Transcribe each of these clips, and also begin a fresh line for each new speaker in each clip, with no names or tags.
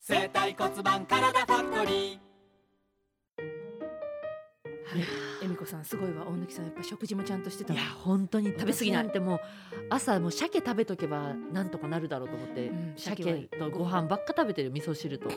生体骨盤からだファクトリー
はい、恵美子さんすごいわ大貫さんやっぱ食事もちゃんとしてた
い
わ
や本当に食べ過ぎな
私な
い
ん
てもう朝もう鮭食べとけばなんとかなるだろうと思って、
うん鮭は
鮭とご飯ばっか食べてる味噌汁と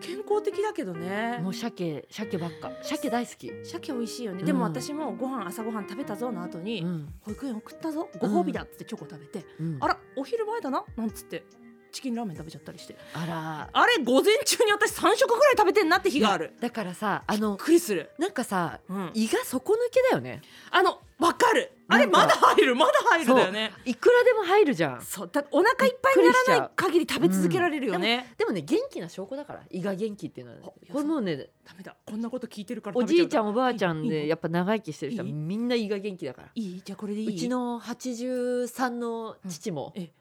健康的だけどね
もう鮭鮭ばっか鮭大好き、
鮭美味しいよね、
うん
でも私もご飯朝ご飯食べたぞの後に、
うん
保育園送ったぞご褒美だっつってチョコ食べて、
うん
あらお昼前だななんつってチキンラーメン食べちゃったりして
あら
あれ午前中に私3食ぐらい食べてんなって日がある
だからさあ
び
の
っくりする、
なんかさ
うん、
胃が底抜けだよね
あのわかるあれ
なんか
まだ入るまだ入るだよね
いくらでも入るじゃん
そうだお腹いっぱいにならない限り食べ続けられるよね、
でもね元気な証拠だから胃が元気っていうのは
あ
これもうね
ダメだこんなこと聞いてるから
お
食べ
じ
ちゃう
いちゃんおばあちゃん
いい
で
い
やっぱ長生きしてる人はい
い
みんな胃が元気だから
いいじゃあこれでいいう
ちの83の父も
うんえ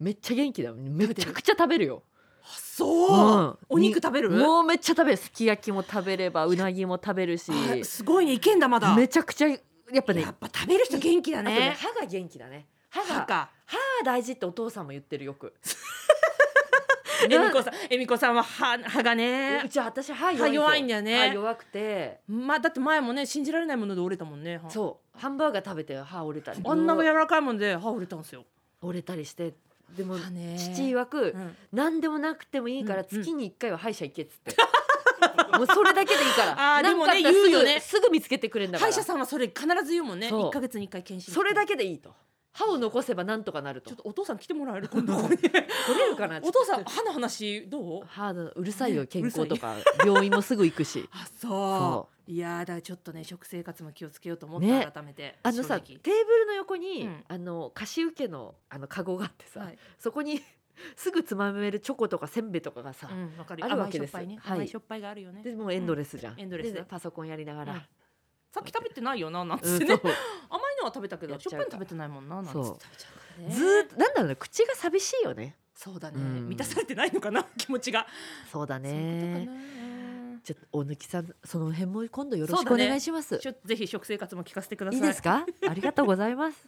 めっちゃ元気だよめちゃくちゃ食べるよ、
あそう、
うん
お肉食べる
もうめっちゃ食べるすき焼きも食べればうなぎも食べるし
あすごいねいけんだまだ
めちゃくちゃやっぱね
やっぱ食べる人元気だ
あとね
ね
歯が元気だね歯が
歯か
歯大事ってお父さんも言ってるよく
えみこさんえみこさんは歯歯が
う
ね
ち私歯弱い
歯弱いんだよ
歯
ね
弱くて
まあだって前もね信じられないもので折れたもんね歯
そうハンバーガー食べて歯折れたり
あんな柔らかいもんで歯折れたんですよ
折れたりしてでも
歯ね
父曰く、
うん
何でもなくてもいいから
うんうん
月に1回は歯医者行けっつって、 もうそれだけでいいから
あーでもね
なんかあったらすぐ
言うよね
すぐ見つけてくれんだか
歯
ら
医者さんはそれ必ず言うもんね
そう
一ヶ月に一回検診
それだ
け
けでいいと歯を残せばなんとかなると
ちょっとお父さん来てもらえる今度ここ に
取れるかな
お父さん歯の話どう
歯のうるさいよ
ね
健康とか病院もすぐ行くし
あそう
そ
いやーだからちょっとね食生活も気をつけようと思った、
ね
改めて
あのさテ
正
ーブルの横
う
に、
ん
あの貸し受けのあのカゴがあってさ、
直はい
そこに すぐつまめるチョコとかせんべいとかがさ、
うん、わかる
あるわけです
甘いしょっぱいね、
はい
甘いしょっぱいがあるよね
でもうエンドレスじゃん、
うんエンドレス
でパソコンやりながら、
うんさっき食べてないよななん
う
つ
ん
ってね、
そう
甘いのは食べたけ
や
ど
っ
しょっ
ちゃ
ぱい
うから
の食べてないもんななんつって
そう
食べちゃうからね
ずーっとなんだろうね口が寂しいよね
そうだね、
うん
満たされてないのかな気持ちが
そうだ
そういう
ね
ことかな
じゃあ大貫さんその辺も今度よろしく
そ
お
うだね
願いします、
ちょぜひ食生活も聞かせてください
いいですかありがとうございます